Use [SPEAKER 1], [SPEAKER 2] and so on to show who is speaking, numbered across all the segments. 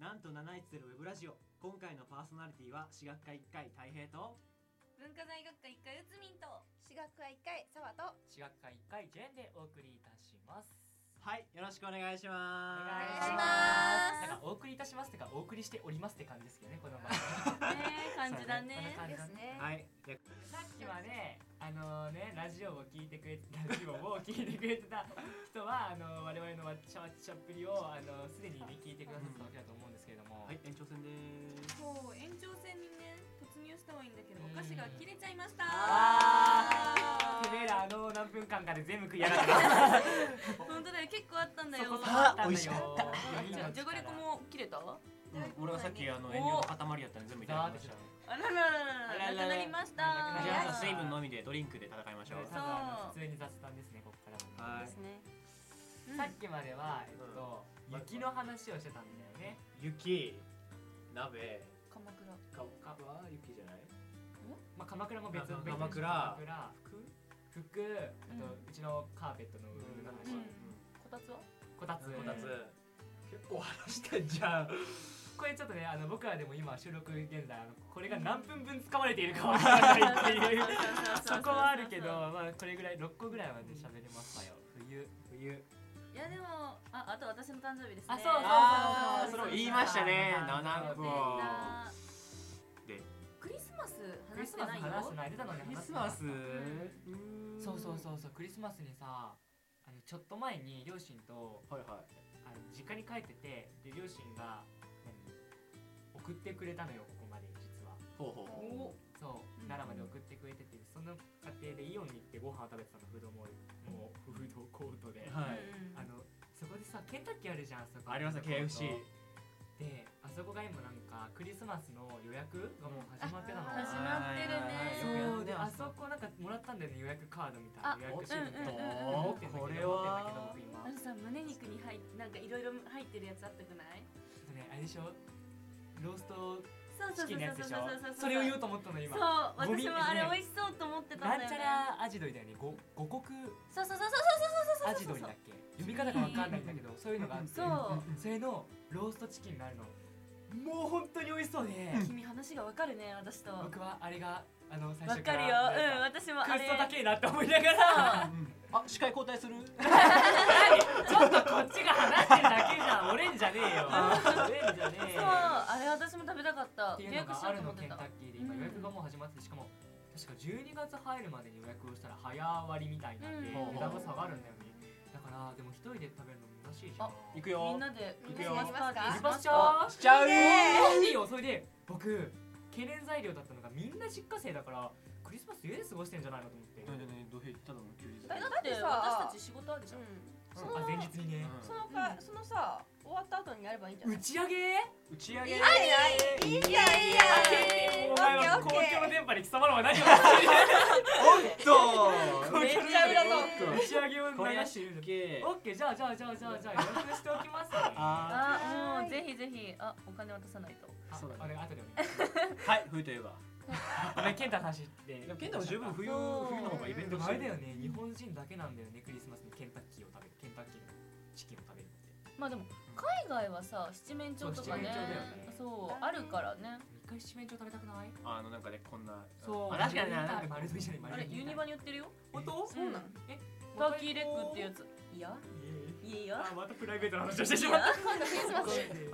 [SPEAKER 1] なんと710ウェブラジオ今回のパーソナリティは私学科1回太平と
[SPEAKER 2] 文化財学科一回うつみんと
[SPEAKER 3] 私学科1回沢と
[SPEAKER 4] 私学科一回ジェンでお送りいたします。
[SPEAKER 1] はいよろしくお願いし
[SPEAKER 4] お
[SPEAKER 1] ます
[SPEAKER 3] します
[SPEAKER 4] なんかお送りいたしますってかお送りしておりますって感じですけどねこの番組。
[SPEAKER 2] ね感じだ
[SPEAKER 4] そうこんな
[SPEAKER 2] ね
[SPEAKER 4] 感じだ
[SPEAKER 3] ね
[SPEAKER 1] はいで
[SPEAKER 4] さっきはね、あのね、ラジオを聞いてくれ て、ラジオを聞いてくれてた人は、あの我々のわっちゃわっちゃっぷりを、あのすでにね、聞いてくださったわけだと思うんですけれども。
[SPEAKER 1] はい延長戦でーす
[SPEAKER 2] そう延長戦にね突入したはいいんだけど
[SPEAKER 4] うん
[SPEAKER 2] お菓子が切れちゃいました
[SPEAKER 4] ああ、てめえら、あの何分間かで全部食いやがった。
[SPEAKER 2] 本当だよ結構あったんだよ
[SPEAKER 4] そこそこ
[SPEAKER 1] あ
[SPEAKER 4] ったんだよ
[SPEAKER 1] 美味しかった
[SPEAKER 4] いいの
[SPEAKER 2] じゃじゃがりこも切れた
[SPEAKER 1] うん俺はさっきあの
[SPEAKER 2] お
[SPEAKER 1] 遠慮の塊やったんで全部いただきました
[SPEAKER 4] だー
[SPEAKER 2] あららら
[SPEAKER 4] あら
[SPEAKER 2] ら
[SPEAKER 4] ら
[SPEAKER 2] なくなりました
[SPEAKER 4] なく
[SPEAKER 1] じ
[SPEAKER 4] な
[SPEAKER 1] ゃあ
[SPEAKER 4] りま
[SPEAKER 1] 朝
[SPEAKER 4] した
[SPEAKER 1] 水分のみでドリンクで戦いまし
[SPEAKER 4] 多
[SPEAKER 1] ょう
[SPEAKER 4] 分あの普通に雑談ですね、ここからもね。
[SPEAKER 1] は
[SPEAKER 3] ですね
[SPEAKER 2] うん
[SPEAKER 4] さっきまでは、えっと、雪の話をしてたんだよね。
[SPEAKER 1] 雪鍋
[SPEAKER 3] 鎌倉
[SPEAKER 1] かかは雪じゃない
[SPEAKER 4] まあ、鎌倉も別の
[SPEAKER 1] 鎌倉
[SPEAKER 4] 鎌倉
[SPEAKER 1] 服
[SPEAKER 4] 服、あと、うちのカーペットの上の話、
[SPEAKER 2] うん
[SPEAKER 3] こたつは
[SPEAKER 4] こたつ、
[SPEAKER 1] こたつ結構話してんじゃん
[SPEAKER 4] これちょっとねあの僕らでも今収録現在あのこれが何分分使われているかわからないっていうそこはあるけどまあこれぐらい6個ぐらいまで喋れましたよ冬冬
[SPEAKER 2] いやでもああと私の誕生日ですね
[SPEAKER 4] あそうそうそう
[SPEAKER 1] あー
[SPEAKER 4] ー
[SPEAKER 1] それを言いましたね
[SPEAKER 4] そう
[SPEAKER 1] 7
[SPEAKER 2] で
[SPEAKER 1] 個
[SPEAKER 2] な
[SPEAKER 1] で
[SPEAKER 2] クリスマス
[SPEAKER 4] クリ
[SPEAKER 2] 話し
[SPEAKER 4] ス
[SPEAKER 2] て
[SPEAKER 4] マス
[SPEAKER 2] ないよ
[SPEAKER 4] 話してない出たのに
[SPEAKER 1] クリ
[SPEAKER 4] 話
[SPEAKER 1] ス
[SPEAKER 4] してな
[SPEAKER 1] マ
[SPEAKER 4] かった
[SPEAKER 1] スん
[SPEAKER 4] そうそうそうそうクリスマスにさあのちょっと前に両親と
[SPEAKER 1] はいは
[SPEAKER 4] あの実家に帰っててで両親が何送ってくれたのよここまで実は。
[SPEAKER 1] いほうほうほ
[SPEAKER 2] お
[SPEAKER 4] そう
[SPEAKER 2] うん
[SPEAKER 4] 奈良まで送ってくれててその過程でイオンに行ってご飯を食べてたのフードモールもうフードコー トで、
[SPEAKER 1] うはい
[SPEAKER 4] あのそこでさケンタッキーあるじゃんそこ
[SPEAKER 1] ありました KFC
[SPEAKER 4] であそこが今なんかクリスマスの予約がもう始まってたの
[SPEAKER 2] あ始まってるね
[SPEAKER 1] はいはいはい
[SPEAKER 4] そうであ
[SPEAKER 1] あ
[SPEAKER 4] そ
[SPEAKER 1] そこ
[SPEAKER 4] こなんかもらったんだよね予約カードみたいな
[SPEAKER 2] あ
[SPEAKER 4] 予約シ
[SPEAKER 2] うんうんうんうん
[SPEAKER 4] ート
[SPEAKER 1] これ
[SPEAKER 4] 持
[SPEAKER 1] は
[SPEAKER 4] ってんだけど
[SPEAKER 2] あ
[SPEAKER 4] 僕今
[SPEAKER 2] のさ胸肉に入っなんかいろいろ入ってるやつあったくない
[SPEAKER 4] ちょっとねあれでしょロースト
[SPEAKER 2] そうそう
[SPEAKER 4] チ
[SPEAKER 2] そ
[SPEAKER 4] キ
[SPEAKER 2] う
[SPEAKER 4] ンのやつ
[SPEAKER 2] そ
[SPEAKER 4] でし
[SPEAKER 2] うそう
[SPEAKER 4] ょ
[SPEAKER 2] そう
[SPEAKER 4] それを言
[SPEAKER 2] う
[SPEAKER 4] うと思ったの今
[SPEAKER 2] そう
[SPEAKER 4] ゴミ
[SPEAKER 2] 私もあれ
[SPEAKER 4] ね
[SPEAKER 2] 美味しそうと思ってた
[SPEAKER 4] なん
[SPEAKER 2] だ
[SPEAKER 4] ん
[SPEAKER 2] よ
[SPEAKER 4] ちゃ
[SPEAKER 2] ね
[SPEAKER 4] らアジドリだよねご五穀
[SPEAKER 2] そうそうそうそう
[SPEAKER 4] アジドリだっけ読み方がわかんないんだけどそういうのがあって
[SPEAKER 2] そう
[SPEAKER 4] それのローストチキンがあるのもう本当に美味しそうで
[SPEAKER 2] 君話がわかるね私とわ
[SPEAKER 4] 僕はあれがあの最
[SPEAKER 2] か
[SPEAKER 4] 初から
[SPEAKER 2] るようん
[SPEAKER 4] なんか
[SPEAKER 2] 私もあ
[SPEAKER 4] ク
[SPEAKER 2] れ
[SPEAKER 4] ソだけえなって思いながら
[SPEAKER 1] あ司会交代する
[SPEAKER 4] ちょっとこっちが話してるだけじゃん俺んじゃねえよ俺んじゃねえ
[SPEAKER 2] そう
[SPEAKER 4] よ
[SPEAKER 2] あれ私も食べたかった
[SPEAKER 4] ってい
[SPEAKER 2] 予
[SPEAKER 4] うの
[SPEAKER 2] 約し
[SPEAKER 4] が
[SPEAKER 2] よ
[SPEAKER 4] あ
[SPEAKER 2] うと
[SPEAKER 4] る
[SPEAKER 2] 思
[SPEAKER 4] の
[SPEAKER 2] って
[SPEAKER 4] ケンタ
[SPEAKER 2] た
[SPEAKER 4] ッキーで今予約がもう始まっててしかも確か12月入るまでに予約をしたら早割りみたいになって
[SPEAKER 1] うん
[SPEAKER 4] 値段が下がるんだよねだからでも一人で食べるの難しいじゃん
[SPEAKER 2] あ
[SPEAKER 1] 行く
[SPEAKER 2] み
[SPEAKER 1] よ
[SPEAKER 2] んなで
[SPEAKER 3] 行
[SPEAKER 1] く
[SPEAKER 2] ク
[SPEAKER 1] よ
[SPEAKER 2] リスマスパーティー
[SPEAKER 4] し
[SPEAKER 2] し
[SPEAKER 4] ま
[SPEAKER 2] ま
[SPEAKER 4] し
[SPEAKER 2] し
[SPEAKER 4] ょ
[SPEAKER 2] た
[SPEAKER 4] う
[SPEAKER 1] しちゃう
[SPEAKER 4] いいよそれで僕懸念材料だったのがみんな実家生だからクリスマス家で過ごしてんじゃないのと思って、
[SPEAKER 1] ねねどうへただの休日
[SPEAKER 3] え
[SPEAKER 2] だ
[SPEAKER 3] だ
[SPEAKER 2] っ
[SPEAKER 3] っててさ
[SPEAKER 2] 私たち仕事あるじゃん
[SPEAKER 3] そ
[SPEAKER 4] あ
[SPEAKER 3] の
[SPEAKER 4] 前日にね、
[SPEAKER 3] そのかそのさ終わった後にやればいいんじゃな
[SPEAKER 4] 打
[SPEAKER 3] い
[SPEAKER 4] ち上げ
[SPEAKER 1] 打ち上げ
[SPEAKER 3] いいじゃんいいじ
[SPEAKER 4] お前は
[SPEAKER 3] オッ
[SPEAKER 4] 公
[SPEAKER 3] ケーオッケー
[SPEAKER 4] 共の電波に貴様らは何を
[SPEAKER 1] おっと
[SPEAKER 3] めっちゃ裏取
[SPEAKER 1] っ
[SPEAKER 4] 打ち上げを
[SPEAKER 1] これ
[SPEAKER 4] 流
[SPEAKER 1] や
[SPEAKER 4] している
[SPEAKER 1] っ
[SPEAKER 4] の
[SPEAKER 1] け
[SPEAKER 4] オッケーじゃあじゃあじゃあじゃあじゃあ予約しておきますね
[SPEAKER 1] あ
[SPEAKER 2] あ
[SPEAKER 3] はい
[SPEAKER 2] も
[SPEAKER 3] う
[SPEAKER 2] ぜひぜひあお金渡さないと
[SPEAKER 4] あ
[SPEAKER 1] そうだね
[SPEAKER 4] あれ後でお願いし
[SPEAKER 1] ーはい冬といえば
[SPEAKER 4] ますごめんケンタの話で
[SPEAKER 1] でも健太も十分冬
[SPEAKER 2] うん
[SPEAKER 1] 冬の方がイベン
[SPEAKER 4] で
[SPEAKER 1] ト
[SPEAKER 4] も
[SPEAKER 1] し
[SPEAKER 4] あ
[SPEAKER 1] て
[SPEAKER 4] れだ
[SPEAKER 1] る
[SPEAKER 4] よね日本人だけなんだよねクリスマスにケンタッキーを食べるケンタッキーのチキンを食べるって
[SPEAKER 2] まあでも海外はさ七面鳥とかね
[SPEAKER 4] そう七面鳥だよね
[SPEAKER 2] そうあるからね
[SPEAKER 4] 一回七面鳥食べたくない
[SPEAKER 1] あのなんかねこんな
[SPEAKER 4] そう
[SPEAKER 1] あ確かにねなんか
[SPEAKER 4] 丸鶏じゃない
[SPEAKER 2] あれユニバに売ってるよ
[SPEAKER 4] 本当
[SPEAKER 2] そうなの
[SPEAKER 4] え
[SPEAKER 2] ターキーレッグってやついやいやいや
[SPEAKER 4] あまたプライベートの話をして
[SPEAKER 2] い
[SPEAKER 4] しまっ
[SPEAKER 2] や
[SPEAKER 3] 今度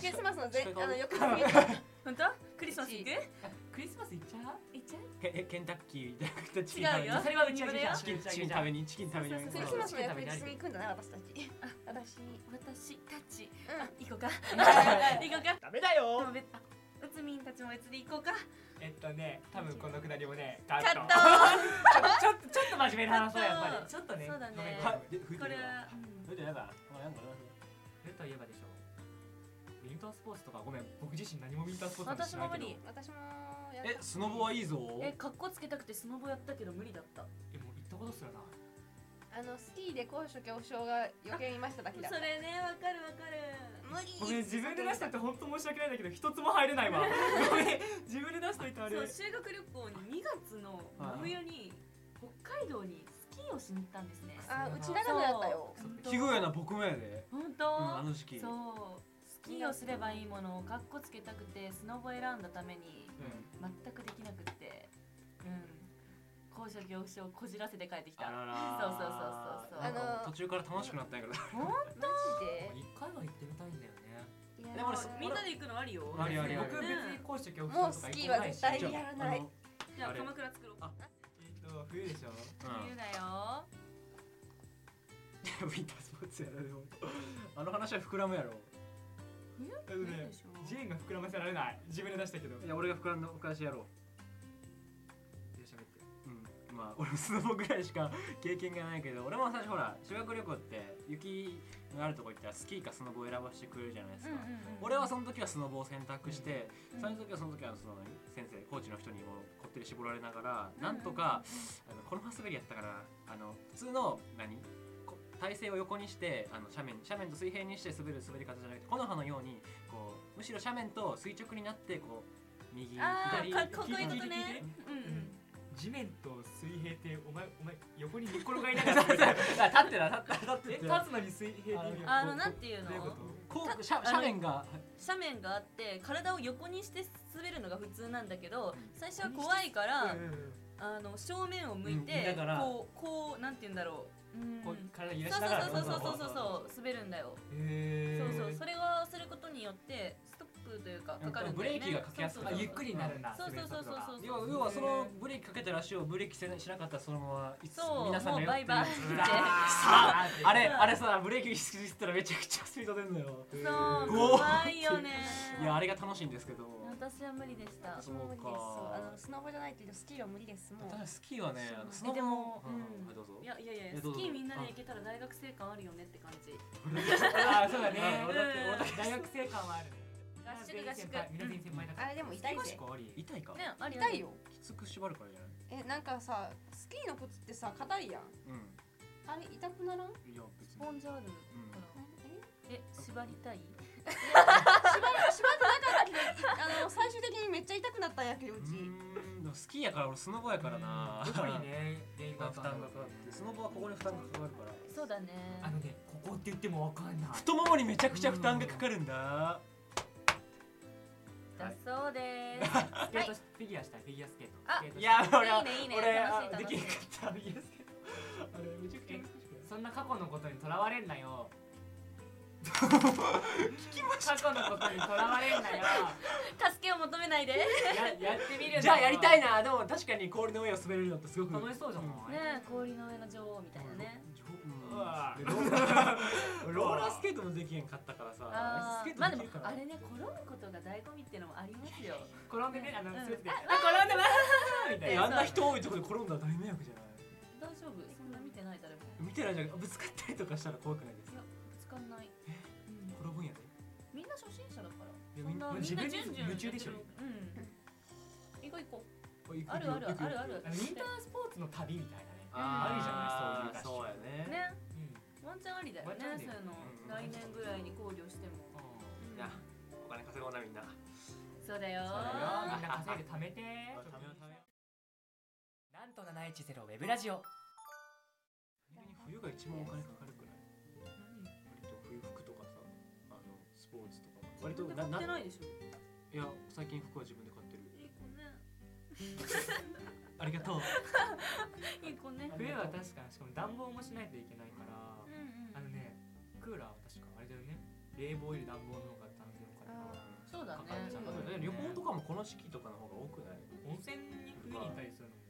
[SPEAKER 3] クリスマスクリスマスの前あの翌日に
[SPEAKER 2] 本当クリスマス行く
[SPEAKER 4] たクリスマス行っちゃ
[SPEAKER 2] 行っちゃう
[SPEAKER 1] ケケンタッキーじゃなくてチキン
[SPEAKER 2] 違うよ
[SPEAKER 4] うそれは打ち上げじゃん
[SPEAKER 1] チキンチキン食べにチキン食べに
[SPEAKER 2] そう
[SPEAKER 3] ク
[SPEAKER 2] そ
[SPEAKER 3] リス
[SPEAKER 2] うそう
[SPEAKER 3] マスの翌日に行くんだな私たち私
[SPEAKER 2] 私たち
[SPEAKER 3] う
[SPEAKER 2] 行こう か行こうか
[SPEAKER 4] ダメだよ
[SPEAKER 2] もう別あうつみんたちも別に行こうか
[SPEAKER 4] えっとね多分このくだりもねカ
[SPEAKER 2] カット
[SPEAKER 4] ちょっとちょっと真面目な話はやっぱりちょっとね
[SPEAKER 2] そうだね
[SPEAKER 4] ごめんごめん
[SPEAKER 1] はいで冬
[SPEAKER 2] こと
[SPEAKER 1] い
[SPEAKER 2] れ
[SPEAKER 1] えば
[SPEAKER 2] は、うん
[SPEAKER 1] 冬といえばまあなんか
[SPEAKER 4] 冬といえばでしょウィンタースポーツとかごめん僕自身何もウィンタースポーツなんて
[SPEAKER 2] 私
[SPEAKER 4] しな
[SPEAKER 2] も
[SPEAKER 4] い
[SPEAKER 2] 無
[SPEAKER 4] けど
[SPEAKER 2] 理
[SPEAKER 3] 私もや
[SPEAKER 1] えスノボはいいぞ
[SPEAKER 2] え格好つけたくてスノボやったけど無理だった
[SPEAKER 4] えもう行ったことすらない
[SPEAKER 3] あのスキーで高所恐怖症が余計いましただけだ
[SPEAKER 2] それねわかるわかる
[SPEAKER 3] 無理
[SPEAKER 4] ごめん自分で出したって本当申し訳ないんだけど一つも入れないわごめん自分で出しといてあれ
[SPEAKER 2] そう修学旅行に2月の真冬に北海道にスキーをしに行ったんですね
[SPEAKER 3] あうち長野やったよ
[SPEAKER 2] そう
[SPEAKER 1] ひぐやな僕もやで
[SPEAKER 2] 本
[SPEAKER 1] うんあ
[SPEAKER 2] 当
[SPEAKER 1] の時期
[SPEAKER 2] そうスキーをすればいいものをかっこつけたくてスノボ選んだために全くできなくってうん高所恐怖症をこじらせて帰ってきた
[SPEAKER 1] あらら
[SPEAKER 2] そうそうそうそう
[SPEAKER 1] なんかもう
[SPEAKER 3] あの
[SPEAKER 1] 途中から楽しくなったんやけど
[SPEAKER 3] マジで
[SPEAKER 4] 一回は行ってみたいんだよね
[SPEAKER 3] いや
[SPEAKER 1] でも俺
[SPEAKER 2] みんなで行くのありよ
[SPEAKER 1] ありありあり
[SPEAKER 4] 僕別に高所恐
[SPEAKER 3] も
[SPEAKER 4] 怖
[SPEAKER 3] う
[SPEAKER 4] 症と
[SPEAKER 3] ス
[SPEAKER 4] か
[SPEAKER 3] キー
[SPEAKER 4] 行か
[SPEAKER 3] は
[SPEAKER 4] ないし
[SPEAKER 3] 絶対にやらない
[SPEAKER 2] じゃあ
[SPEAKER 1] あれ
[SPEAKER 2] 鎌倉作ろう
[SPEAKER 1] あ
[SPEAKER 4] えっと冬でしょ
[SPEAKER 2] 冬だよ
[SPEAKER 1] うん、ウィンタースポーツやられるあの話は膨らむやろ
[SPEAKER 4] 冬
[SPEAKER 2] 冬でしょ
[SPEAKER 4] ジェーンが膨らませられない自分で出したけど
[SPEAKER 1] いや俺が膨らんだお返しやろ
[SPEAKER 4] で喋って
[SPEAKER 1] ううんまあ俺もスノボぐらいしか経験がないけど俺も最初ほら修学旅行って雪のあるとこ行ったらスキーかスノボを選ばせてくれるじゃないですか、俺はその時はスノボを選択して、その時はその時はその先生コーチの人にもこってり絞られながら、なんとかあのこのまま滑りやったからあの普通の何こ体勢を横にしてあの斜面斜面と水平にして滑る滑り方じゃなくて木の葉のようにこうむしろ斜面と垂直になってこう右
[SPEAKER 2] あ
[SPEAKER 1] 左
[SPEAKER 2] ーかかっこいい
[SPEAKER 4] 聞
[SPEAKER 2] こ
[SPEAKER 4] いて聞
[SPEAKER 2] と
[SPEAKER 4] いて
[SPEAKER 2] ねうんうん
[SPEAKER 4] 地面と水平ってお前お前横に寝っ転がりながら立ってた立った立
[SPEAKER 1] って
[SPEAKER 4] え立つのに水平って意味は
[SPEAKER 2] あのなんていうの
[SPEAKER 4] どういうこと
[SPEAKER 1] こう斜斜面が
[SPEAKER 2] 斜面があって体を横にして滑るのが普通なんだけど
[SPEAKER 1] うん
[SPEAKER 2] 最初は怖いから
[SPEAKER 4] うんうんうん
[SPEAKER 2] あの正面を向い
[SPEAKER 1] うんだ
[SPEAKER 2] て
[SPEAKER 1] から
[SPEAKER 2] こうこうなんて言うんだろううん
[SPEAKER 4] こう体揺ら
[SPEAKER 2] そ
[SPEAKER 4] し
[SPEAKER 2] うそ
[SPEAKER 4] ながら
[SPEAKER 2] うそうそうそう
[SPEAKER 1] ど
[SPEAKER 2] そう
[SPEAKER 1] ぞ
[SPEAKER 2] そう滑るんだよ
[SPEAKER 4] へ
[SPEAKER 2] そう
[SPEAKER 4] ー
[SPEAKER 2] そうそれをすることによってストップというかかかるんだよね
[SPEAKER 1] ブレーキがかけやすくな
[SPEAKER 4] あ
[SPEAKER 1] る
[SPEAKER 4] ゆっくりになるんだ
[SPEAKER 2] そうそうそうそうそう
[SPEAKER 1] 要は要はそのブレーキかけてる足をブレーキせしなかったらそのままいつ
[SPEAKER 2] そう
[SPEAKER 1] 皆 さんが
[SPEAKER 2] もうバイバイ
[SPEAKER 1] やってる
[SPEAKER 2] う
[SPEAKER 1] や
[SPEAKER 2] わ
[SPEAKER 1] つ
[SPEAKER 2] ー
[SPEAKER 4] あ
[SPEAKER 1] あれあれさブレーキしすぎたらめちゃくちゃスピード出んのよ
[SPEAKER 2] そう
[SPEAKER 1] うお
[SPEAKER 2] 怖いよね
[SPEAKER 1] いやあれが楽しいんですけど
[SPEAKER 2] 私は無理でした
[SPEAKER 3] 私も無理です
[SPEAKER 1] そう
[SPEAKER 3] そう
[SPEAKER 1] か
[SPEAKER 3] あのスノボじゃないけどスキーは無理ですも
[SPEAKER 1] た
[SPEAKER 3] う
[SPEAKER 1] だスキーはねあのス
[SPEAKER 2] え
[SPEAKER 1] ノ
[SPEAKER 2] で
[SPEAKER 1] ボ
[SPEAKER 2] も
[SPEAKER 1] も、
[SPEAKER 2] うん
[SPEAKER 1] はいどうぞ
[SPEAKER 2] いやいやい
[SPEAKER 1] い
[SPEAKER 2] や
[SPEAKER 1] や
[SPEAKER 2] ス
[SPEAKER 1] どうぞ
[SPEAKER 2] キーみんなで行けたら大学生感あるよねって感じ
[SPEAKER 4] あそうだね
[SPEAKER 1] うん
[SPEAKER 4] 俺だって
[SPEAKER 2] うん
[SPEAKER 4] 俺だって大学生感はあるね
[SPEAKER 2] 合宿
[SPEAKER 4] みんな全員先輩
[SPEAKER 2] 合宿
[SPEAKER 4] みんな全員先輩だから
[SPEAKER 3] あれでも痛いぜ
[SPEAKER 4] 結構あり
[SPEAKER 1] 痛いか、
[SPEAKER 2] ねあるよね
[SPEAKER 3] 痛いよ
[SPEAKER 1] きつく縛るからじゃない
[SPEAKER 3] えなんかさスキーの靴ってさ硬いやん
[SPEAKER 1] う
[SPEAKER 3] あれ痛くなら
[SPEAKER 1] ん
[SPEAKER 3] ん
[SPEAKER 1] いや別
[SPEAKER 2] ス
[SPEAKER 1] に
[SPEAKER 2] ポンジあ
[SPEAKER 1] う
[SPEAKER 2] る
[SPEAKER 1] ん
[SPEAKER 2] から
[SPEAKER 3] え
[SPEAKER 2] え縛りたい
[SPEAKER 3] 縛り縛ってなかったけどあの最終的にめっちゃ痛くなったんやけどう
[SPEAKER 1] う
[SPEAKER 3] ち
[SPEAKER 1] ーんでもスキーやから俺スノボやからな
[SPEAKER 4] どこにね原因
[SPEAKER 1] 負担
[SPEAKER 4] が
[SPEAKER 1] がかかってスノボはここに負担がかかるから
[SPEAKER 2] そうだね
[SPEAKER 4] あのねここって言ってもわかんない
[SPEAKER 1] 太ももにめちゃくちゃ負担がかかるんだは
[SPEAKER 2] だ
[SPEAKER 1] い
[SPEAKER 2] そうです
[SPEAKER 4] スケートしフィギュアしたいフィギュアスケート
[SPEAKER 2] あ
[SPEAKER 4] スケート
[SPEAKER 1] い
[SPEAKER 4] し
[SPEAKER 1] や
[SPEAKER 4] た
[SPEAKER 1] 俺はい
[SPEAKER 2] いねいいね
[SPEAKER 1] 俺
[SPEAKER 2] 楽し
[SPEAKER 1] あ
[SPEAKER 2] い楽
[SPEAKER 1] で
[SPEAKER 2] し
[SPEAKER 1] き
[SPEAKER 2] い
[SPEAKER 1] なかったフィギュアスケートあれめちゃくちゃ難しくない
[SPEAKER 4] そんな過去のことにとらわれんなよ過去のことにとらわれんなよ
[SPEAKER 2] 助けを求めないでね
[SPEAKER 4] ややってみるんだよ
[SPEAKER 1] じゃあやりたいなでも確かに氷の上を滑れるのってすごく
[SPEAKER 4] 楽しそうじゃない、
[SPEAKER 2] 氷の上の女王みたいなね
[SPEAKER 1] うん
[SPEAKER 4] うわ
[SPEAKER 1] でローローラースケートもできへんかったからさ
[SPEAKER 2] あ
[SPEAKER 1] スケー
[SPEAKER 2] ー
[SPEAKER 1] ト
[SPEAKER 2] まあで
[SPEAKER 1] でき
[SPEAKER 2] も
[SPEAKER 1] るから、
[SPEAKER 2] あれね転ぶことが醍醐味ってのもありますよ
[SPEAKER 4] 転んでねあの
[SPEAKER 2] うん
[SPEAKER 4] 滑っててあ転んでますみたい
[SPEAKER 1] え
[SPEAKER 4] な
[SPEAKER 1] あんな人多いところで転んだら大迷惑じゃない
[SPEAKER 2] 大丈夫そんな見てない誰も
[SPEAKER 1] 見てないじゃんぶつかったりとかしたら怖くないですか
[SPEAKER 2] ぶつかんない、うん
[SPEAKER 1] 転ぶんやで
[SPEAKER 2] みんな初心者だから
[SPEAKER 4] いや
[SPEAKER 2] そん
[SPEAKER 4] みん
[SPEAKER 2] なみん
[SPEAKER 4] な
[SPEAKER 2] な
[SPEAKER 4] 自
[SPEAKER 2] 順
[SPEAKER 4] 分に
[SPEAKER 2] 々
[SPEAKER 4] 夢中でしょ
[SPEAKER 2] うん行こう行こう
[SPEAKER 1] お行く
[SPEAKER 2] あるある
[SPEAKER 1] 行く
[SPEAKER 2] あるある
[SPEAKER 4] あのインタースポーツの旅みたいなね
[SPEAKER 1] ー
[SPEAKER 4] あるじゃないそうい
[SPEAKER 1] そう
[SPEAKER 4] う合宿
[SPEAKER 1] やね
[SPEAKER 2] ね
[SPEAKER 4] うん
[SPEAKER 2] ワンチャンありだよね
[SPEAKER 4] ワンチャンあり
[SPEAKER 2] そういうの、
[SPEAKER 1] うん
[SPEAKER 2] 来年ぐらいに考慮しても、うん
[SPEAKER 1] いやお金稼ごうなみんな
[SPEAKER 2] そうだよー
[SPEAKER 4] そうだよみんな稼いで貯めてなんと710ウェブラジオ
[SPEAKER 1] 何気に冬が一番お金かかるくらい割と冬服とかさあのスポーツとか割と
[SPEAKER 2] 割
[SPEAKER 1] な
[SPEAKER 2] と買って
[SPEAKER 1] な
[SPEAKER 2] ないでしょ
[SPEAKER 1] いや最近服は自分で買ってる
[SPEAKER 2] いい子ね
[SPEAKER 1] ありがとう
[SPEAKER 2] いい子ね
[SPEAKER 4] 冬は確かにしかも暖房もしないといけないから
[SPEAKER 2] うんうん
[SPEAKER 4] あのねクーラーは確かあれだよね冷房より暖房の方が単純かな
[SPEAKER 2] そうだね
[SPEAKER 4] かかっちゃう
[SPEAKER 1] あとね旅行とかもこの時期とかの方が多くない
[SPEAKER 4] 温泉に風に行ったりするのも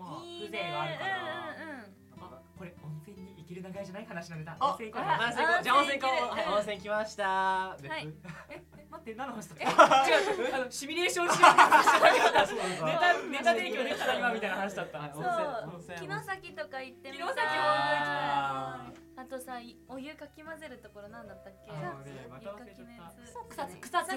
[SPEAKER 4] まあ
[SPEAKER 2] いいね
[SPEAKER 4] 風情があるから
[SPEAKER 2] うんうんうん
[SPEAKER 4] あこれ温泉に行ける流れじゃない話のネタ
[SPEAKER 1] あ
[SPEAKER 4] 温泉行こう
[SPEAKER 2] あ
[SPEAKER 1] 温泉行こうじゃあ温泉行こうはい温泉来ました
[SPEAKER 2] はい
[SPEAKER 1] 別
[SPEAKER 4] 待って何の話だった違うあのシミュレーションしようとしてたけど
[SPEAKER 1] あそうなんだ
[SPEAKER 4] ネタネタ提供できたら今みたいな話だった
[SPEAKER 1] はい
[SPEAKER 2] そう
[SPEAKER 1] 温泉温泉
[SPEAKER 2] 城崎とか行ってみた
[SPEAKER 4] 城
[SPEAKER 2] い
[SPEAKER 4] 崎本
[SPEAKER 2] あとさいお湯かき混ぜるところなんだったっけ
[SPEAKER 4] あのねまた忘れちゃった
[SPEAKER 2] 草津
[SPEAKER 4] 草津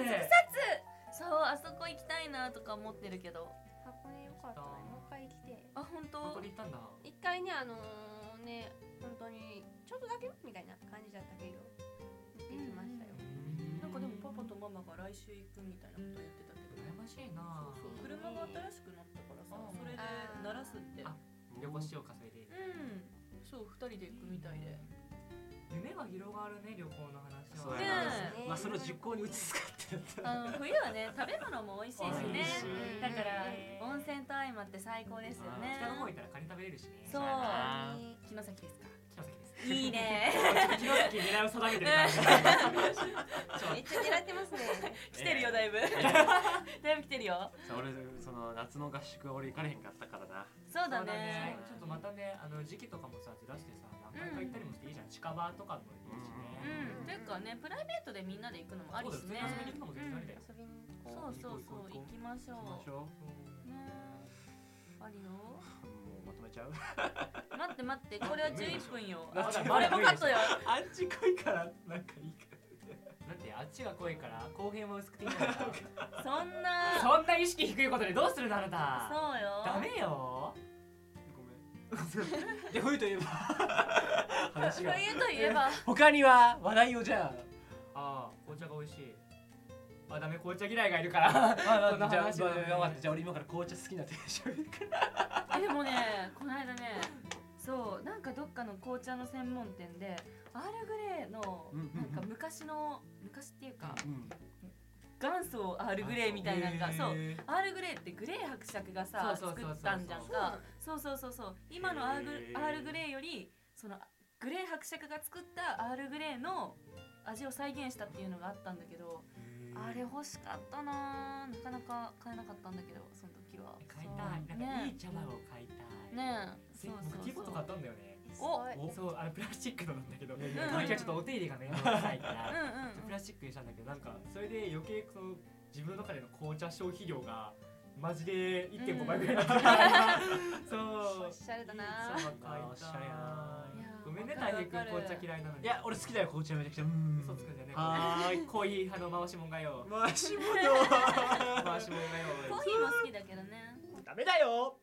[SPEAKER 2] そうあそこ行きたいなとか思ってるけど
[SPEAKER 3] 箱根よかったなもう一回来て
[SPEAKER 2] あ本当
[SPEAKER 4] 本当に行ったんだ
[SPEAKER 3] 一回ねあのー、ね本当にちょっとだけみたいな感じだったけど行ってきましたよ、
[SPEAKER 2] なんかでもパパとママが来週行くみたいなこと言ってたけど
[SPEAKER 4] 羨ましいな
[SPEAKER 2] そうそう車が新しくなったからさ
[SPEAKER 4] あ
[SPEAKER 2] それで
[SPEAKER 3] あー
[SPEAKER 2] 鳴らすってう
[SPEAKER 4] あ旅行しを稼いでいる
[SPEAKER 2] んそう二人で行くみたいで
[SPEAKER 4] 夢が広がるね旅行の話
[SPEAKER 1] そう
[SPEAKER 4] は
[SPEAKER 1] や
[SPEAKER 2] ね
[SPEAKER 1] な
[SPEAKER 2] え
[SPEAKER 3] ねえ
[SPEAKER 1] ままあそれを実行に移すかってなったら
[SPEAKER 2] あの冬はね食べ物も美味しいし
[SPEAKER 1] 美
[SPEAKER 2] ね
[SPEAKER 1] 味しい
[SPEAKER 2] だから温泉と相まって最高ですよね
[SPEAKER 4] 北の方行ったらカニ食べれるしね
[SPEAKER 2] そう
[SPEAKER 4] あ
[SPEAKER 2] 城崎ですか
[SPEAKER 4] ー城崎です
[SPEAKER 2] いいね
[SPEAKER 4] 城崎狙いを定めてる感じ
[SPEAKER 3] めっちゃ狙ってますね。
[SPEAKER 2] 来てるよだいぶ だいぶ来てるよ
[SPEAKER 1] さ俺その夏の合宿は俺行かれへんかったからな
[SPEAKER 2] そうだ
[SPEAKER 4] そうだね
[SPEAKER 2] ね
[SPEAKER 4] ちょっとまたねあの時期とかもさずらしてさ何回か行ったりもしていいじゃん、近場とかもいいし
[SPEAKER 2] う
[SPEAKER 4] ね、
[SPEAKER 2] ん、というかねプライベートでみんなで行くのもありしね
[SPEAKER 4] そうだよ普通に遊びに行くのも全然ありだよ
[SPEAKER 3] 遊びに
[SPEAKER 2] うんそうそうそう
[SPEAKER 1] 行こう行こう行こう
[SPEAKER 2] 行きましょ
[SPEAKER 1] 行きまし
[SPEAKER 2] う
[SPEAKER 1] ょ
[SPEAKER 2] ねありよ
[SPEAKER 1] うもうまとめちゃう
[SPEAKER 2] 待って待ってこれは11分よ
[SPEAKER 4] だって
[SPEAKER 2] これもカットよ
[SPEAKER 1] あっち来いからなんかいいか
[SPEAKER 4] だってあっちが濃いから後編は薄くていいんだか ら
[SPEAKER 2] そんな
[SPEAKER 4] そんな意識低いことでどうするのあな
[SPEAKER 2] そ
[SPEAKER 4] た
[SPEAKER 2] うよ
[SPEAKER 4] ダメよ
[SPEAKER 1] ごめ んで冬といえば話
[SPEAKER 2] 冬
[SPEAKER 1] が
[SPEAKER 2] といえば
[SPEAKER 1] 他には話題をじゃ
[SPEAKER 4] ああ紅茶が美味しいあダメ紅茶嫌いがいるから
[SPEAKER 1] ああ
[SPEAKER 4] そんな
[SPEAKER 1] じゃあ
[SPEAKER 4] 話
[SPEAKER 1] じゃあ
[SPEAKER 4] だね
[SPEAKER 1] 分かったじゃあ俺今から紅茶好きなテンションから
[SPEAKER 2] えでもねこの間ねそうなんかどっかの紅茶の専門店でアールグレーの
[SPEAKER 1] うんうんうん
[SPEAKER 2] なんか昔の昔っていうか
[SPEAKER 1] うん
[SPEAKER 2] 元祖アールグレーみたいなのがそう
[SPEAKER 4] へー
[SPEAKER 2] アールグレーってグレー伯爵がさ
[SPEAKER 4] そうそう
[SPEAKER 2] 作
[SPEAKER 4] そうそう
[SPEAKER 2] ったんじゃんかそうそうそうそう今のアー
[SPEAKER 1] へ
[SPEAKER 2] ル
[SPEAKER 1] ー
[SPEAKER 2] アールグレーよりそのグレー伯爵が作ったアールグレーの味を再現したっていうのがあったんだけどあれ欲しかったなーなかなか買えなかったんだけどその時は
[SPEAKER 4] 買いたいなんかいい茶葉を買いたい
[SPEAKER 2] ねえ
[SPEAKER 4] せ僕ティーポット買ったんだよね
[SPEAKER 2] お
[SPEAKER 3] すごい
[SPEAKER 1] お
[SPEAKER 4] そうあれプラスチックのなんだけど
[SPEAKER 1] いやい
[SPEAKER 2] や
[SPEAKER 4] 当時はちょっとお手入れが面倒くさいか
[SPEAKER 2] う
[SPEAKER 4] ら
[SPEAKER 2] んうんうん
[SPEAKER 4] プラスチックにしたんだけどなんかそれで余計その自分の中での紅茶消費量がマジで1.5倍ぐらいだったから、そう
[SPEAKER 3] おしゃれだな
[SPEAKER 4] おしゃれだ
[SPEAKER 1] おしゃれやない
[SPEAKER 2] やー
[SPEAKER 4] ごめんね
[SPEAKER 2] わか
[SPEAKER 4] 大
[SPEAKER 2] る
[SPEAKER 4] 平君
[SPEAKER 2] わかる
[SPEAKER 4] 紅茶嫌いなのに
[SPEAKER 1] いや俺好きだよ紅茶めちゃくちゃうん
[SPEAKER 4] 嘘つくんじゃねえ
[SPEAKER 1] はーい
[SPEAKER 4] 濃い派の回しもんが よ
[SPEAKER 1] 回し物
[SPEAKER 4] 回しもんがよ
[SPEAKER 2] コーヒーも好きだけどね
[SPEAKER 1] ダメだよ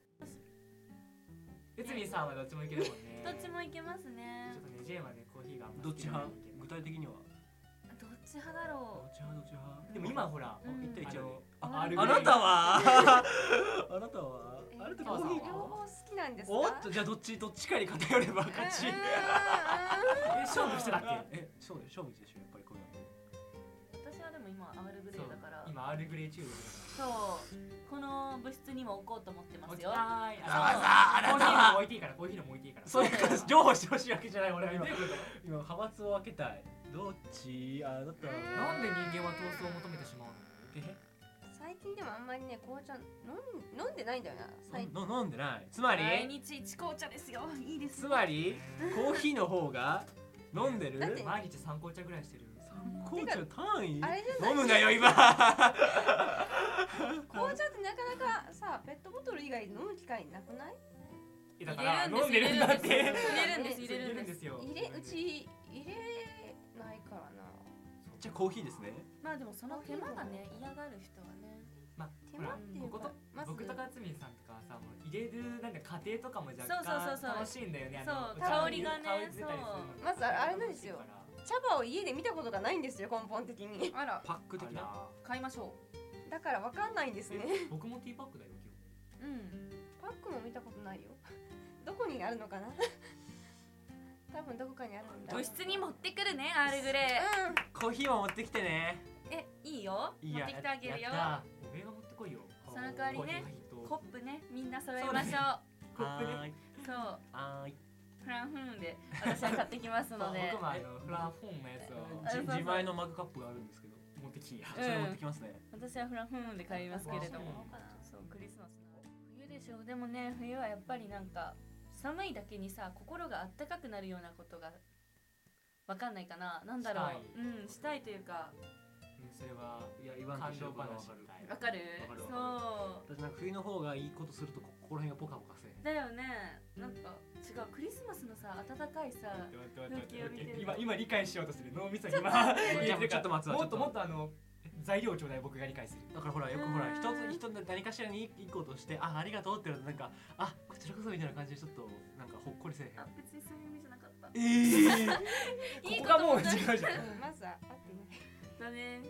[SPEAKER 4] 内海さんはどっちもいけるもんね
[SPEAKER 2] どっちもいけますね
[SPEAKER 4] ちょっとねジェンはねコーヒーがあんま
[SPEAKER 1] ど
[SPEAKER 4] 好
[SPEAKER 1] っ
[SPEAKER 4] き
[SPEAKER 1] ち
[SPEAKER 4] じゃない
[SPEAKER 1] 派具体的には
[SPEAKER 2] どっち派だ
[SPEAKER 1] ど
[SPEAKER 2] ろ
[SPEAKER 1] っち派どっち派
[SPEAKER 4] でも今ほら
[SPEAKER 2] うん
[SPEAKER 1] 一対一やね
[SPEAKER 4] ああ
[SPEAKER 2] あ
[SPEAKER 4] る
[SPEAKER 1] あなたは あなたはあなたコ
[SPEAKER 4] は
[SPEAKER 1] ー
[SPEAKER 3] 両
[SPEAKER 1] ヒ
[SPEAKER 4] さ
[SPEAKER 1] ー
[SPEAKER 3] 方好きなんですか。
[SPEAKER 1] おっとじゃあどっちどっちかに偏れば勝ち
[SPEAKER 3] うんうん
[SPEAKER 4] え勝負してたっけ
[SPEAKER 1] えそうだよ勝負でしょやっぱりこういうの
[SPEAKER 2] う私はでも今アールグレーだから
[SPEAKER 4] 今アールグレーチューブだから
[SPEAKER 2] そうこの部室にも置こうと思ってますよ
[SPEAKER 4] はーい。
[SPEAKER 1] ざわざあなたは
[SPEAKER 4] コーヒーのも置いていいから、コーヒーのも置いていいから。
[SPEAKER 1] そういうことです譲歩してほしいわけじゃない俺は
[SPEAKER 4] どう
[SPEAKER 1] 今
[SPEAKER 4] いうこ
[SPEAKER 1] 今派閥を分けたいどっちあなたは
[SPEAKER 4] となんで人間は闘争を求めてしまうの
[SPEAKER 1] え
[SPEAKER 3] 最近でもあんまりね紅茶飲ん飲んでないんだよな。最
[SPEAKER 1] のの飲んでないつま
[SPEAKER 2] 毎
[SPEAKER 1] り
[SPEAKER 2] 日一紅茶ですよいいです
[SPEAKER 1] つ
[SPEAKER 2] ね
[SPEAKER 1] まりコーヒーの方が飲んでる
[SPEAKER 3] だって
[SPEAKER 4] 毎日参考茶ぐらいしてる。
[SPEAKER 1] 参考値の単位
[SPEAKER 3] あれじゃない
[SPEAKER 1] 飲むなよ今
[SPEAKER 3] 紅茶ってなかなかさペットボトル以外飲む機会なくない？
[SPEAKER 4] えだ
[SPEAKER 2] 入
[SPEAKER 4] から、
[SPEAKER 2] れ
[SPEAKER 4] 飲んでるんだっ
[SPEAKER 2] るんです
[SPEAKER 4] て。
[SPEAKER 2] 入れるんです入れるんです入れるんです
[SPEAKER 4] すよ
[SPEAKER 3] 入れうち入れないからな。
[SPEAKER 1] じゃあコーヒーですね
[SPEAKER 2] まあでもその手間がね嫌がる人はね
[SPEAKER 4] まあ、
[SPEAKER 3] 手
[SPEAKER 4] ほ
[SPEAKER 3] 間っ
[SPEAKER 4] ら
[SPEAKER 3] ていう
[SPEAKER 4] こ
[SPEAKER 3] か
[SPEAKER 4] と
[SPEAKER 3] まず
[SPEAKER 4] 僕とかつみんさんとかはさ、もう入れるなんか家庭とかも若
[SPEAKER 2] そうそうそう
[SPEAKER 4] 干
[SPEAKER 2] そう
[SPEAKER 4] 楽しいんだよね。
[SPEAKER 2] そう
[SPEAKER 4] あの
[SPEAKER 2] 香りがね
[SPEAKER 4] 香り出たりするの
[SPEAKER 2] そ
[SPEAKER 4] が
[SPEAKER 3] まずあれなんですよ茶葉を家で見たことがないんですよ根本的に。
[SPEAKER 2] あら
[SPEAKER 1] パック的
[SPEAKER 4] あ
[SPEAKER 1] な
[SPEAKER 4] ら
[SPEAKER 2] 買いましょ
[SPEAKER 3] だからわかんないんですね。
[SPEAKER 4] え僕もティーパックだよ、今日。
[SPEAKER 2] ううん
[SPEAKER 3] パックも見たことないよ。 どこにあるのかな。 多分どこかにあるんだ。
[SPEAKER 2] 部室に持ってくるねアールグレ
[SPEAKER 3] うん。
[SPEAKER 1] コーヒーも持ってきてね
[SPEAKER 2] ーえいいよ
[SPEAKER 1] いいや
[SPEAKER 2] 持ってきてあげるよ
[SPEAKER 4] やったー。おめえが持ってこいよ。
[SPEAKER 2] その代わりねコッ
[SPEAKER 4] コ
[SPEAKER 2] プねみんな揃えま
[SPEAKER 4] ー
[SPEAKER 2] しょ
[SPEAKER 4] ヒーとコップね。
[SPEAKER 1] い
[SPEAKER 2] そうそう
[SPEAKER 1] はーい
[SPEAKER 2] フランフーンで私は買ってきますので
[SPEAKER 4] 僕もあのフランフォンのやつを
[SPEAKER 1] じ
[SPEAKER 2] そうそう
[SPEAKER 1] 自前のマグカップがあるんですけど
[SPEAKER 4] 持ってきや。
[SPEAKER 1] それ持ってきますね
[SPEAKER 2] 私はフランフーンで買いますけれども
[SPEAKER 3] あ
[SPEAKER 2] そうクリスマスの冬でしょでもね冬はやっぱりなんか寒いだけにさ心があったかくなるようなことがわかんないかななんだろううんしたいというか
[SPEAKER 4] うんそれはい
[SPEAKER 1] や言わん
[SPEAKER 4] 感
[SPEAKER 1] として
[SPEAKER 4] 動
[SPEAKER 1] ることはわ
[SPEAKER 4] 話
[SPEAKER 1] かる
[SPEAKER 4] みたい
[SPEAKER 2] わ
[SPEAKER 4] な。
[SPEAKER 2] かる
[SPEAKER 1] わかるわ
[SPEAKER 2] そ
[SPEAKER 1] 私なんか冬の方がいいことするとこここら辺がポカポカせえ
[SPEAKER 2] うだよねなんか違うクリスマスのさ暖かいさ
[SPEAKER 4] 待って待って待って待って
[SPEAKER 2] うん
[SPEAKER 4] 今今理解しようとする脳みそに今
[SPEAKER 1] い やもうちょっと待つわ
[SPEAKER 4] もっ
[SPEAKER 1] ちょ
[SPEAKER 4] とも
[SPEAKER 1] っ
[SPEAKER 4] っ
[SPEAKER 1] と
[SPEAKER 4] とあの材料ちょうだい僕が理解する
[SPEAKER 1] だからほらよくほら
[SPEAKER 2] うん
[SPEAKER 1] 一つ一つ何かしらに一個としてあありがとうって言われてなんかあこちらこそみたいな感じでちょっとなんかほっこりせえ
[SPEAKER 2] あ別にそういう意味じゃなかった
[SPEAKER 1] へんえ
[SPEAKER 4] こ
[SPEAKER 2] いい
[SPEAKER 4] こ
[SPEAKER 2] こ
[SPEAKER 4] がも
[SPEAKER 2] と
[SPEAKER 4] う
[SPEAKER 2] だ
[SPEAKER 4] 違うじゃん
[SPEAKER 3] まずは合ってない。
[SPEAKER 2] ね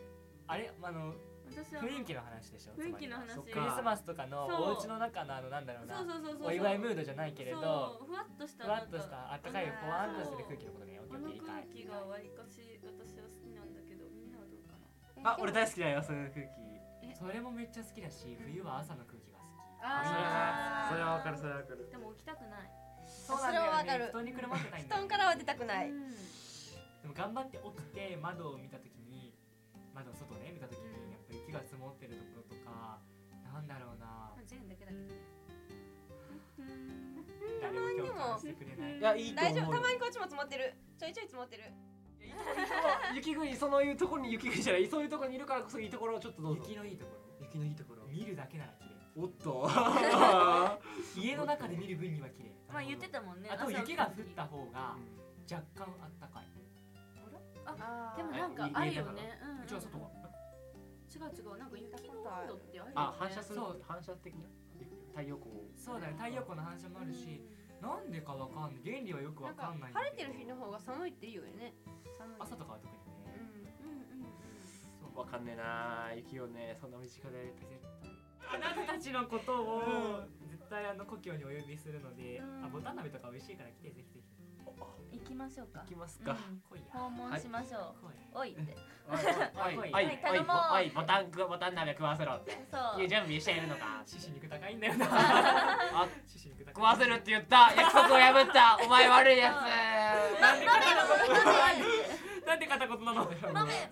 [SPEAKER 4] あれあの
[SPEAKER 2] 私は
[SPEAKER 4] 雰囲気の話でしょ
[SPEAKER 2] 雰囲気の話
[SPEAKER 4] つまり
[SPEAKER 1] そっ
[SPEAKER 4] クリ
[SPEAKER 1] か
[SPEAKER 4] スマスとかの
[SPEAKER 2] そ
[SPEAKER 4] お
[SPEAKER 2] う
[SPEAKER 4] 家の中のあのなんだろうな
[SPEAKER 2] そうそうそうそう
[SPEAKER 4] お祝いムードじゃないけれど
[SPEAKER 2] そうふわっとした
[SPEAKER 4] ふわっとしたあったかい
[SPEAKER 3] あー
[SPEAKER 4] ほわんとする空気のことねオッケ
[SPEAKER 2] あ
[SPEAKER 4] ーオッケ
[SPEAKER 2] の
[SPEAKER 4] ー理
[SPEAKER 2] 空
[SPEAKER 4] 解
[SPEAKER 2] 気がわりかし私は好きなんだけどみんなはどう
[SPEAKER 1] あ俺大好きだよその空気
[SPEAKER 4] それもめっちゃ好きだし冬は朝の空気
[SPEAKER 1] そ
[SPEAKER 4] が好き
[SPEAKER 1] れは
[SPEAKER 3] あー
[SPEAKER 1] それは分かるそれは分かる
[SPEAKER 2] でも起きたくない。
[SPEAKER 4] そうなんだ
[SPEAKER 3] それ
[SPEAKER 4] よ、ね、
[SPEAKER 3] はわかる
[SPEAKER 4] 布団にくるまってないん
[SPEAKER 3] 布
[SPEAKER 4] だよ
[SPEAKER 3] 団からは出たくない、
[SPEAKER 2] うん
[SPEAKER 4] でも頑張って起きて窓を見た時に窓の外ね見た時にやっぱ雪が積もってるところとかなんだろうな
[SPEAKER 3] ジェーンだけだけどね
[SPEAKER 4] 誰も共感してくれない
[SPEAKER 1] いやいいと
[SPEAKER 3] 大丈
[SPEAKER 1] 思う
[SPEAKER 3] 夫た
[SPEAKER 1] よ
[SPEAKER 3] まにこっちも積もってるちょいちょい積もってる
[SPEAKER 1] いやいいとこいいとこ雪国そのいうところに雪国じゃないそういうところにいるからこそいいところをちょっとどうぞ
[SPEAKER 4] 雪のいいとこ
[SPEAKER 1] 雪のいいとこ
[SPEAKER 4] ろ見るだけなら綺
[SPEAKER 1] おっ と
[SPEAKER 4] 麗家の中で見る分には綺麗
[SPEAKER 2] まあ言ってたもんね。
[SPEAKER 4] あと
[SPEAKER 2] 朝起き
[SPEAKER 4] 雪が
[SPEAKER 2] た
[SPEAKER 4] 降
[SPEAKER 2] 時
[SPEAKER 4] った方が若干あったかい
[SPEAKER 3] あ
[SPEAKER 2] でもなんかあるよね。うんうん
[SPEAKER 4] うちは外は
[SPEAKER 2] 違う違うなんか雪の温度ってあるよね。
[SPEAKER 1] あ反射する
[SPEAKER 4] そう
[SPEAKER 1] 反射的な太陽光
[SPEAKER 4] そうだね太陽光の反射もあるしなんでかわかんない原理はよくわ
[SPEAKER 3] なん
[SPEAKER 4] か
[SPEAKER 3] か
[SPEAKER 4] んないんだけど
[SPEAKER 3] 晴れてる日の方が寒いって言うよね寒い
[SPEAKER 4] 朝とかは特に
[SPEAKER 3] う
[SPEAKER 4] ね
[SPEAKER 3] ん
[SPEAKER 2] うんうん
[SPEAKER 4] そう
[SPEAKER 1] わかんねえな雪をねそんな身近で絶対
[SPEAKER 4] あなたたちのことを絶対あの故郷にお呼びするので、
[SPEAKER 2] うん
[SPEAKER 4] あボタン鍋とか美味しいから来てぜひぜひ
[SPEAKER 2] うん。行きましょうか
[SPEAKER 1] 行。きますか
[SPEAKER 2] うん
[SPEAKER 4] 来いや
[SPEAKER 2] 訪問しましょ。
[SPEAKER 4] 来いう
[SPEAKER 2] おいって。
[SPEAKER 1] はい
[SPEAKER 4] は
[SPEAKER 1] はいい
[SPEAKER 4] は
[SPEAKER 1] はいい
[SPEAKER 2] 頼もう
[SPEAKER 1] はいボタンくボタン鍋食わせろって
[SPEAKER 2] そう
[SPEAKER 1] いう。準備しているの か
[SPEAKER 4] 獅子肉高いんだよな
[SPEAKER 1] あ
[SPEAKER 4] 獅子肉高い
[SPEAKER 1] 食わせるって言った約束を破ったお前悪いやつ
[SPEAKER 4] なんで片言なのなんで片言なの
[SPEAKER 2] 豆豆は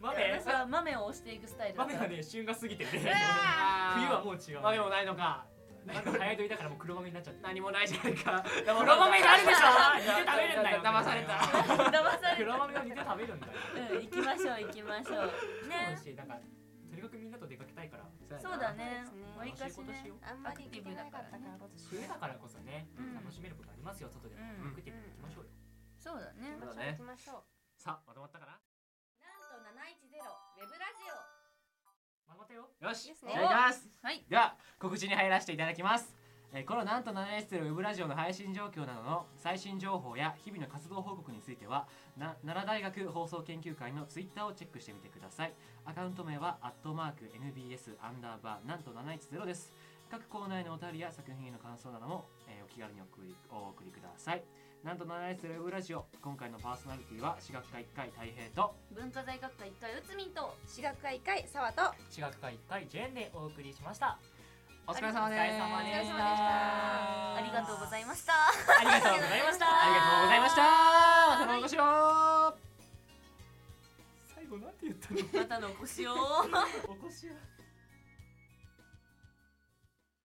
[SPEAKER 4] 豆
[SPEAKER 2] 私は豆を押していくスタイルだか
[SPEAKER 4] 豆
[SPEAKER 2] ら
[SPEAKER 4] はね旬が過ぎてて、
[SPEAKER 1] あー
[SPEAKER 4] 冬はもう違う
[SPEAKER 1] 豆もないのか
[SPEAKER 4] なんか早取りだからもう黒豆になっちゃって
[SPEAKER 1] 何もないじゃないか
[SPEAKER 4] 黒豆になるでしょ煮て食べるんだよ
[SPEAKER 1] 騙された
[SPEAKER 2] 騙される
[SPEAKER 4] 黒豆を煮て食べるんだよ
[SPEAKER 2] うん行きましょう行きましょ
[SPEAKER 4] そ
[SPEAKER 2] う
[SPEAKER 4] うだ
[SPEAKER 2] ね
[SPEAKER 4] しなんかとにかくみんなと出かけたいから
[SPEAKER 2] そうだね
[SPEAKER 3] そうですね
[SPEAKER 2] わりかし
[SPEAKER 4] 楽しいことし
[SPEAKER 2] ね
[SPEAKER 4] よう
[SPEAKER 3] あんまり行けてなかったから今
[SPEAKER 4] 冬
[SPEAKER 3] 年
[SPEAKER 4] だからこそね、
[SPEAKER 2] うん
[SPEAKER 4] 楽しめることありますよ外でも、
[SPEAKER 2] うん
[SPEAKER 4] 食っていきましょうよ
[SPEAKER 2] そうだね
[SPEAKER 1] そうだ
[SPEAKER 3] 行
[SPEAKER 1] ね
[SPEAKER 3] きましょう
[SPEAKER 1] さあまとまったか
[SPEAKER 3] なんと710ウェブラジオ
[SPEAKER 4] まとまったよ
[SPEAKER 1] なよし
[SPEAKER 3] です
[SPEAKER 1] じ
[SPEAKER 3] ね
[SPEAKER 1] ゃあいきます
[SPEAKER 2] はい
[SPEAKER 1] では告知に入らせていただきます、えーこのなんと7 s 0ウェブラジオの配信状況などの最新情報や日々の活動報告についてはな奈良大学放送研究会のツイッターをチェックしてみてくださいアカウント名はアットマーク NBS アンダーバーなんと710です各コーナーへのお便りや作品への感想なども、えーお気軽にお送りお送りくださいなんと7 s 0ウェブラジオ今回のパーソナリティは私学科1回太平と
[SPEAKER 2] 文化財学科一回うつみんと
[SPEAKER 3] 私学会会沢と
[SPEAKER 4] 私学科1回ジェーンでお送りしました
[SPEAKER 1] お疲れ様です
[SPEAKER 4] お疲れ様でした
[SPEAKER 2] ありがとうございました
[SPEAKER 4] ありがとうございました
[SPEAKER 1] ありがとうございましたまたのお越しを
[SPEAKER 4] 最後なんて言った
[SPEAKER 2] またのお越しを
[SPEAKER 4] のおこしは